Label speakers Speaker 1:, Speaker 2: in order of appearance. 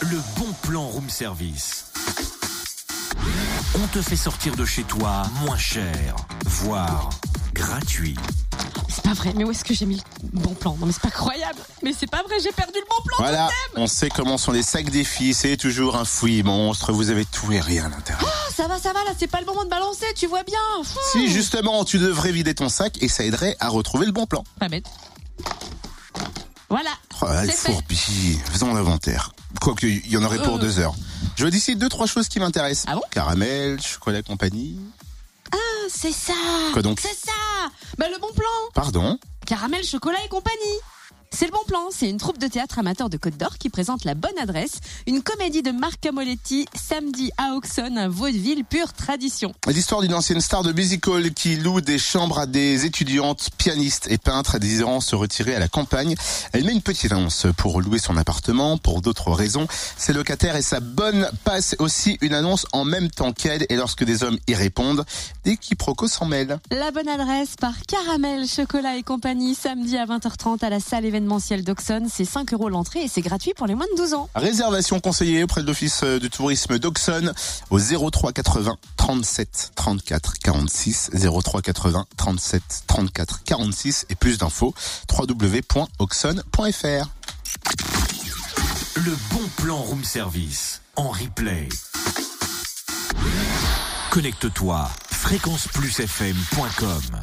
Speaker 1: Le bon plan room service. On te fait sortir de chez toi moins cher, voire gratuit.
Speaker 2: C'est pas vrai, mais où est-ce que j'ai mis le bon plan Non mais c'est pas croyable Mais c'est pas vrai, j'ai perdu le bon plan
Speaker 3: Voilà, on sait comment sont les sacs des filles, c'est toujours un fouillis monstre, vous avez tout et rien à l'intérieur.
Speaker 2: Ah, Ça va, ça va, là c'est pas le moment de balancer, tu vois bien Pfff.
Speaker 3: Si justement tu devrais vider ton sac et ça aiderait à retrouver le bon plan.
Speaker 2: Pas bête. Voilà
Speaker 3: Oh, là, le
Speaker 2: C'est fait.
Speaker 3: fourbi, faisons l'inventaire. Quoique, il y en aurait pour
Speaker 2: Euh.
Speaker 3: deux heures. Je vois d'ici deux, trois choses qui m'intéressent.
Speaker 2: Ah bon
Speaker 3: Caramel, chocolat compagnie.
Speaker 2: Ah, C'est ça
Speaker 3: Quoi donc
Speaker 2: C'est ça Bah le bon plan
Speaker 3: Pardon
Speaker 2: Caramel, chocolat et compagnie c'est le bon plan, c'est une troupe de théâtre amateur de Côte d'Or qui présente La Bonne Adresse, une comédie de Marc Camoletti, samedi à Auxonne, un vaudeville pure tradition.
Speaker 3: L'histoire d'une ancienne star de musical qui loue des chambres à des étudiantes, pianistes et peintres désirant se retirer à la campagne. Elle met une petite annonce pour louer son appartement, pour d'autres raisons. Ses locataires et sa bonne passent aussi une annonce en même temps qu'elle et lorsque des hommes y répondent, des quiproquos s'en mêlent.
Speaker 2: La bonne adresse par Caramel, Chocolat et compagnie, samedi à 20h30 à la salle événementielle d'Auxonne. C'est 5 euros l'entrée et c'est gratuit pour les moins de 12 ans.
Speaker 3: Réservation conseillée auprès de l'office euh, du tourisme d'Auxonne au 03 80 37 34 46 03 80 37 34 46 et plus d'infos www.auxonne.fr
Speaker 1: Le bon plan room service en replay. Connecte-toi fréquenceplusfm.com